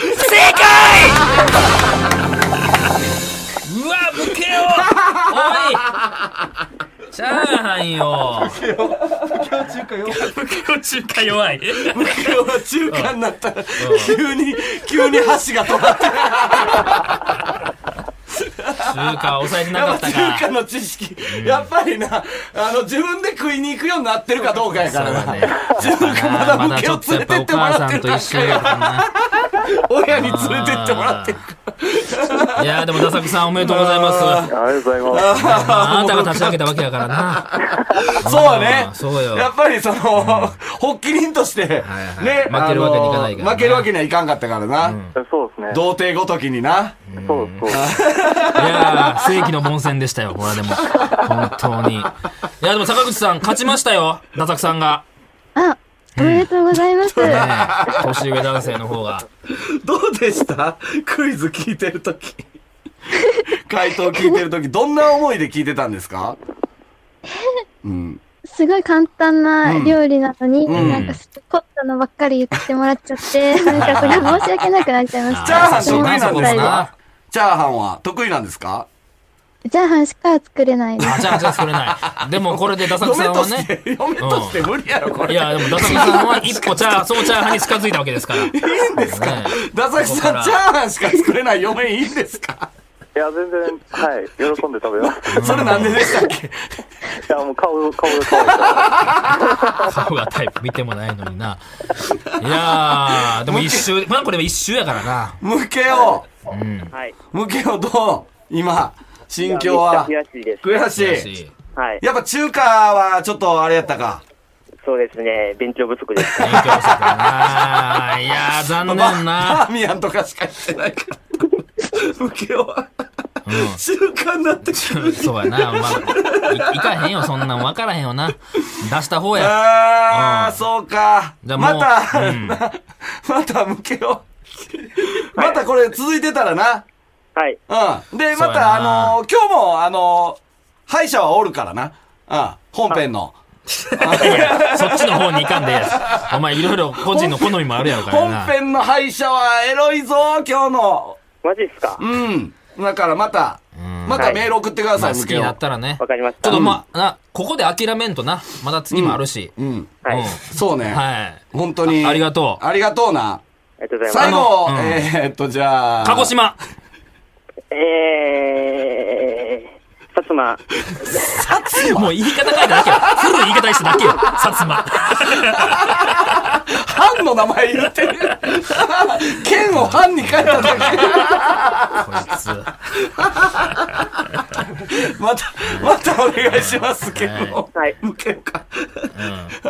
Speaker 2: 解うわ、ムケオおいチャーハンよ。
Speaker 4: 中華よ
Speaker 2: ムケオ中華弱い。
Speaker 3: ムケオが中華になったら、急に、急に箸が止まった。
Speaker 2: 中華抑えてな
Speaker 3: や
Speaker 2: か
Speaker 3: っ
Speaker 2: っ
Speaker 3: ぱ
Speaker 2: た
Speaker 3: 中華
Speaker 2: か。
Speaker 3: の知識、やっぱりな、あの、自分で食いに行くようになってるかどうかやからな。自分がまだ
Speaker 2: ま
Speaker 3: 向
Speaker 2: だ
Speaker 3: け
Speaker 2: ちょ
Speaker 3: を
Speaker 2: っと
Speaker 3: 連れ
Speaker 2: やっぱ
Speaker 3: て
Speaker 2: お
Speaker 3: ってもら
Speaker 2: 母さ
Speaker 3: って
Speaker 2: ん
Speaker 3: る
Speaker 2: と一緒やからな。
Speaker 3: 親に連れてってもらってるか
Speaker 2: いやーでもダサクさんおめでとうございます。
Speaker 6: ありがとうございます
Speaker 2: あなたが立ち上げたわけやからな。
Speaker 3: そうはね
Speaker 2: あー。そうよ
Speaker 3: やっぱりその、発起人として、
Speaker 2: はいはい
Speaker 3: ね、
Speaker 2: 負けるわけにいかないか
Speaker 3: あ
Speaker 2: ら
Speaker 3: の負けるわけにはいかんかったからな。
Speaker 6: そうですね
Speaker 3: 童貞ごときにな。
Speaker 6: そうそう
Speaker 2: いやー世紀の凡戦でしたよ、これはでも。本当に。いやでも坂口さん勝ちましたよ、ダサクさんが。
Speaker 5: あ、おめでとうございます。
Speaker 2: ねえ年上男性の方が。
Speaker 3: どうでしたクイズ聞いてるとき。回答聞いてるとき、どんな思いで聞いてたんですかうん。
Speaker 5: すごい簡単な料理なのに、
Speaker 3: ん
Speaker 5: なんかすっ凝ったのばっかり言ってもらっちゃって、なんかこれ申し訳なくなっちゃいまし
Speaker 3: チャーハ
Speaker 5: た。
Speaker 3: ン得意
Speaker 5: ごめ
Speaker 3: な
Speaker 5: さ
Speaker 3: ん
Speaker 5: い
Speaker 3: です
Speaker 2: あ
Speaker 3: かチャーハンは得意なんですか
Speaker 5: チャーハンしか作れないです。
Speaker 2: あ、じゃあ、じゃあ、それない。でもこれでダサク
Speaker 3: 嫁
Speaker 2: さん
Speaker 3: と
Speaker 2: は
Speaker 3: し
Speaker 2: ね。
Speaker 3: て、嫁として無理やろ、これ。
Speaker 2: いや、でもダサクさん は一歩チャー、そうチャーハンに近づいたわけですから。いいんですか
Speaker 3: ダサキさん、チャーハンしか作れない嫁いいんですか
Speaker 6: いや全然はい喜んで食べます
Speaker 3: それなんででしたっけ
Speaker 6: いやもう顔顔が顔が
Speaker 2: 顔がタイプ見てもないのにな。いやー、でも一周、まあこれは一周やからな。
Speaker 3: ムケオ、
Speaker 7: はい。
Speaker 3: ムケオどう今、心境は。
Speaker 7: めっちゃ悔しいです。
Speaker 3: 悔しい。
Speaker 2: 悔しい。
Speaker 7: はい。
Speaker 3: やっぱ中華はちょっとあれやったか。
Speaker 7: そうですね。勉強不足です。
Speaker 2: 勉強不足だな。いやー、残念な。
Speaker 3: バーミヤンとかしか行ってないから。ムケオは、中華になってくる。
Speaker 2: そうやな。まあ、いいかへんよ、そんなん分からへんよな。出した方や。
Speaker 3: あ
Speaker 2: う
Speaker 3: ー、
Speaker 2: ん
Speaker 3: そうか。
Speaker 2: じゃあもう
Speaker 3: また、
Speaker 2: うん
Speaker 3: またムケオ。またこれ続いてたらな。
Speaker 7: はい。
Speaker 3: うん。で、
Speaker 2: そう
Speaker 3: ま
Speaker 2: やな
Speaker 3: た、あのー今日も、あのー歯医者はおるからな。うん。本編の。
Speaker 2: そっちの方に行かんでええやつお前、いろいろ個人の好みもあるやろから
Speaker 3: 本
Speaker 2: な。
Speaker 3: 編の歯医者はエロいぞ、今日の。
Speaker 7: マジっすか
Speaker 3: うん。だからまた、
Speaker 2: ん
Speaker 3: またメール送ってくだ
Speaker 2: ま
Speaker 3: さ
Speaker 2: あ
Speaker 3: い、
Speaker 2: 好
Speaker 3: ム
Speaker 2: き
Speaker 3: ケ
Speaker 2: に
Speaker 3: オ。
Speaker 2: なったらね。
Speaker 7: わかりまし
Speaker 2: ちょ
Speaker 7: た。
Speaker 2: っとま、な、ここで諦めんとな。まだ次もあるし。
Speaker 3: うん。
Speaker 7: はい。
Speaker 2: うん
Speaker 7: あ
Speaker 3: そうね。
Speaker 2: はい。
Speaker 3: 本当に。
Speaker 2: あありがとう
Speaker 3: ありがとうな。
Speaker 7: りがとうございます。
Speaker 3: 最後、
Speaker 2: あのうん
Speaker 3: えー、っと、じゃあ。
Speaker 2: 鹿児。島。
Speaker 7: えー、薩摩、
Speaker 3: 薩妻
Speaker 2: もう言い方変えただけよ。古い言い方にしただけよ。薩摩。
Speaker 3: 藩の名前言ってる剣を藩に変えただ
Speaker 2: こいつ。
Speaker 3: けまたまたお願いしますけど
Speaker 7: はい。
Speaker 3: 向けようか
Speaker 2: うん。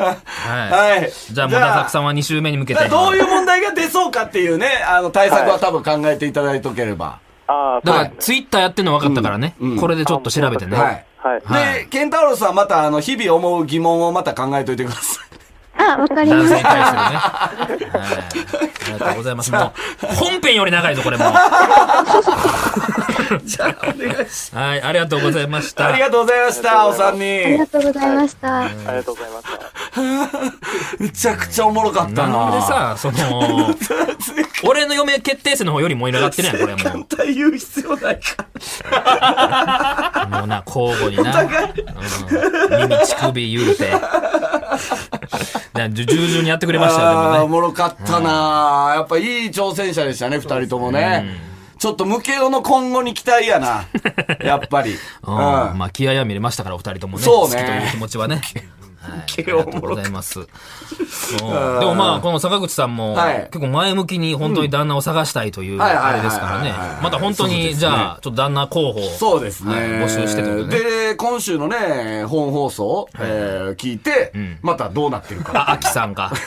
Speaker 2: は
Speaker 3: はい
Speaker 2: い。じゃあ、もたさくさんは2週目に向けて。
Speaker 3: どういう問題が出そうかっていうねあの対策は多分考えていただいとければ、
Speaker 6: ああ、
Speaker 2: だから
Speaker 6: は、
Speaker 2: ツイッターやってんの分かったからね
Speaker 3: うんうん。
Speaker 2: これでちょっと調べてね。
Speaker 3: は
Speaker 2: はいい。
Speaker 6: い。はい。
Speaker 2: は
Speaker 3: で、ケンタウロスはまた、あの、日々思う疑問をまた考えといてくださ
Speaker 5: あ、わかりま
Speaker 2: 男性
Speaker 5: し
Speaker 2: に
Speaker 5: た。
Speaker 2: 対するね。はい。ありがとうござ います。もう、本編より長いぞ、これもう。
Speaker 3: い。じゃあ、お願いし
Speaker 2: はい、ありがとうございました。
Speaker 3: ありがとうございました、お三
Speaker 5: あり
Speaker 3: 人
Speaker 5: が。とうございました。
Speaker 6: ありがとうございました。
Speaker 3: めちゃくちゃおもろかったな。
Speaker 2: なんで、さ、そ の、俺の嫁決定戦の方より盛り上がってるやん、これも
Speaker 3: 絶対言う必要ないか。
Speaker 2: う。もうな、交互にな。
Speaker 3: 互
Speaker 2: うん、耳、乳首言 うて。なじゅ従順にやってくれましたよ、
Speaker 3: あ
Speaker 2: で
Speaker 3: ーお
Speaker 2: もね。
Speaker 3: もろかったな。やっぱいい挑戦者でしたね、二人ともね。ちょっとムケオの今後に期待やな。やっぱり。
Speaker 2: うん、
Speaker 3: うん。
Speaker 2: まあ、気合は見れましたから、お二人ともね。
Speaker 3: そうね
Speaker 2: 好きという気持 ちはね。はい、あり
Speaker 3: 毛
Speaker 2: が
Speaker 3: おもろかった
Speaker 2: とうござい ます。うんでもまあ、この坂口さんも、
Speaker 3: はい
Speaker 2: 結構前向きに本当に旦那を探したいという、
Speaker 3: はいはいはい
Speaker 2: あ
Speaker 3: はい
Speaker 2: れですから
Speaker 3: はいはい
Speaker 2: ね
Speaker 3: は。い
Speaker 2: また本当
Speaker 3: そう
Speaker 2: に、
Speaker 3: ですね
Speaker 2: じゃあ、ちょっと旦那候補を。
Speaker 3: そうですね、
Speaker 2: はい募集してるんでね。
Speaker 3: で、今週のね、本放送、えー聞いて、
Speaker 2: ん
Speaker 3: またどうなってるか。
Speaker 2: あ、秋さんか。秋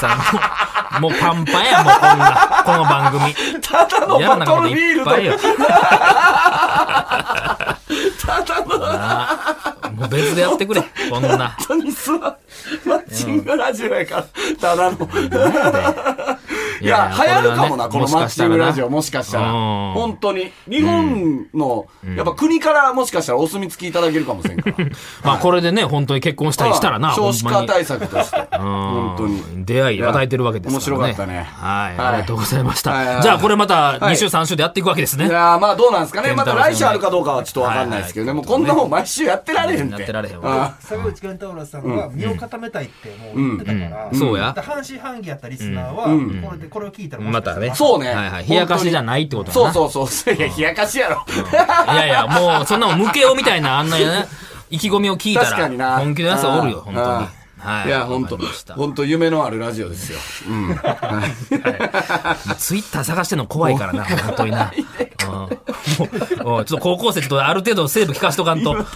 Speaker 2: さんも、もうパンパンや、もうこんな、この番 組。
Speaker 3: ただの
Speaker 2: 嫌な
Speaker 3: バト
Speaker 2: こと
Speaker 3: ルフィー
Speaker 2: い
Speaker 3: ル
Speaker 2: っ
Speaker 3: ド
Speaker 2: ぱいよ。
Speaker 3: ただの
Speaker 2: もう別でやってくれ、こんな。
Speaker 3: 本当にさ、マッチングラジオやから、ただの。いや、流行るかもな、このマッチングラジオ、もしかしたら。
Speaker 2: うん
Speaker 3: 本当に。日本の、やっぱ国からもしかしたらお墨付きいただけるかもしれん から。
Speaker 2: まあこれでね、本当に結婚したりしたらな、
Speaker 3: 少子
Speaker 2: ほんま
Speaker 3: 化
Speaker 2: に
Speaker 3: 対策と して。
Speaker 2: うん
Speaker 3: 本当に。
Speaker 2: 出会い与えてるわけですからね。
Speaker 3: 面白かったね
Speaker 2: はい。
Speaker 3: はい
Speaker 2: ありがとうございまし
Speaker 3: はいはいは
Speaker 2: た。
Speaker 3: い
Speaker 2: じゃあこれまた
Speaker 3: はい
Speaker 2: 2週3週でやっていくわけですね。
Speaker 3: い
Speaker 2: や
Speaker 3: やーまあどうなんですかね。
Speaker 2: 健
Speaker 3: ま
Speaker 2: 太
Speaker 3: た
Speaker 2: 郎さん
Speaker 3: 来週あるかどうかはちょっとわかんないですけどね。
Speaker 2: は
Speaker 3: も
Speaker 2: いは
Speaker 3: うこ
Speaker 2: い
Speaker 3: んなもん毎週やってられへんって。
Speaker 2: やってられへん
Speaker 3: あ
Speaker 2: わ
Speaker 4: 坂口健太郎さんは身を固めたいってもう言ってたから、
Speaker 2: うんそうや
Speaker 4: だから半信半疑やったリスナーは、これでこれを聞いたらもしかしたら
Speaker 2: またね
Speaker 3: そうね。
Speaker 2: はいはい。冷やかしじゃ
Speaker 3: ん。
Speaker 2: ないってことだ
Speaker 3: そう
Speaker 2: な。
Speaker 3: そうそう。いや、冷やかしやろ。
Speaker 2: いやいや、もうそんなもん無形みたいなあんなね、意気込みを聞いた
Speaker 3: 確からにな、
Speaker 2: 本気のやつはおるよ、本当
Speaker 3: あ
Speaker 2: に
Speaker 3: ー。
Speaker 2: はい。
Speaker 3: いや、本当
Speaker 2: わかりました
Speaker 3: 本当夢のあるラジオですよ。うん。
Speaker 2: ツイッター探してんの怖いからな、本当にな。うんもうもう、ちょっと高校生ちょっとある程度セーブ聞かしとかんと。 うん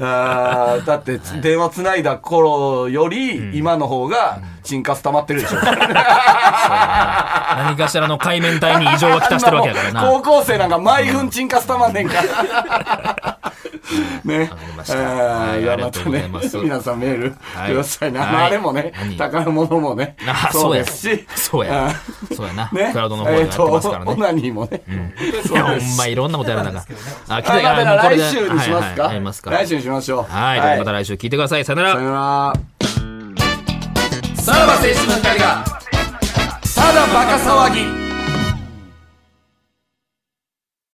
Speaker 3: あーだって、電話つないだ頃より、今の方が、チンカス溜まってるで しょ。
Speaker 2: 何かしらの海面体に異常はきたしてるわけやからな。
Speaker 3: 高校生なんか毎分チンカス溜まんねんから。ね
Speaker 2: わかり。ました
Speaker 3: あ
Speaker 2: はい
Speaker 3: ーいや
Speaker 2: ありがとうございます
Speaker 3: またね皆さんメール
Speaker 2: い
Speaker 3: くださいね。
Speaker 2: はい
Speaker 3: まああれもね
Speaker 2: 何、
Speaker 3: 宝物もね
Speaker 2: あ、
Speaker 3: そうですし。
Speaker 2: そうや
Speaker 3: あ。
Speaker 2: そうやな。
Speaker 3: ね。
Speaker 2: クラウドの方でやってますか
Speaker 3: え
Speaker 2: ら
Speaker 3: ーとオ
Speaker 2: ね。
Speaker 3: ナニーもね。
Speaker 2: いや、ほんまいろんなことやらなあかん。あ、来
Speaker 3: あ、また
Speaker 2: あもうこれ
Speaker 3: 来
Speaker 2: で
Speaker 3: 週にしま
Speaker 2: は
Speaker 3: す
Speaker 2: いはい
Speaker 3: か
Speaker 2: やりますから。
Speaker 3: 来週にしましょう。
Speaker 2: はい。ということでまた来週聞いてください。さよなら
Speaker 3: さ。よなら。さらば青春の光が、ただバカ騒ぎ。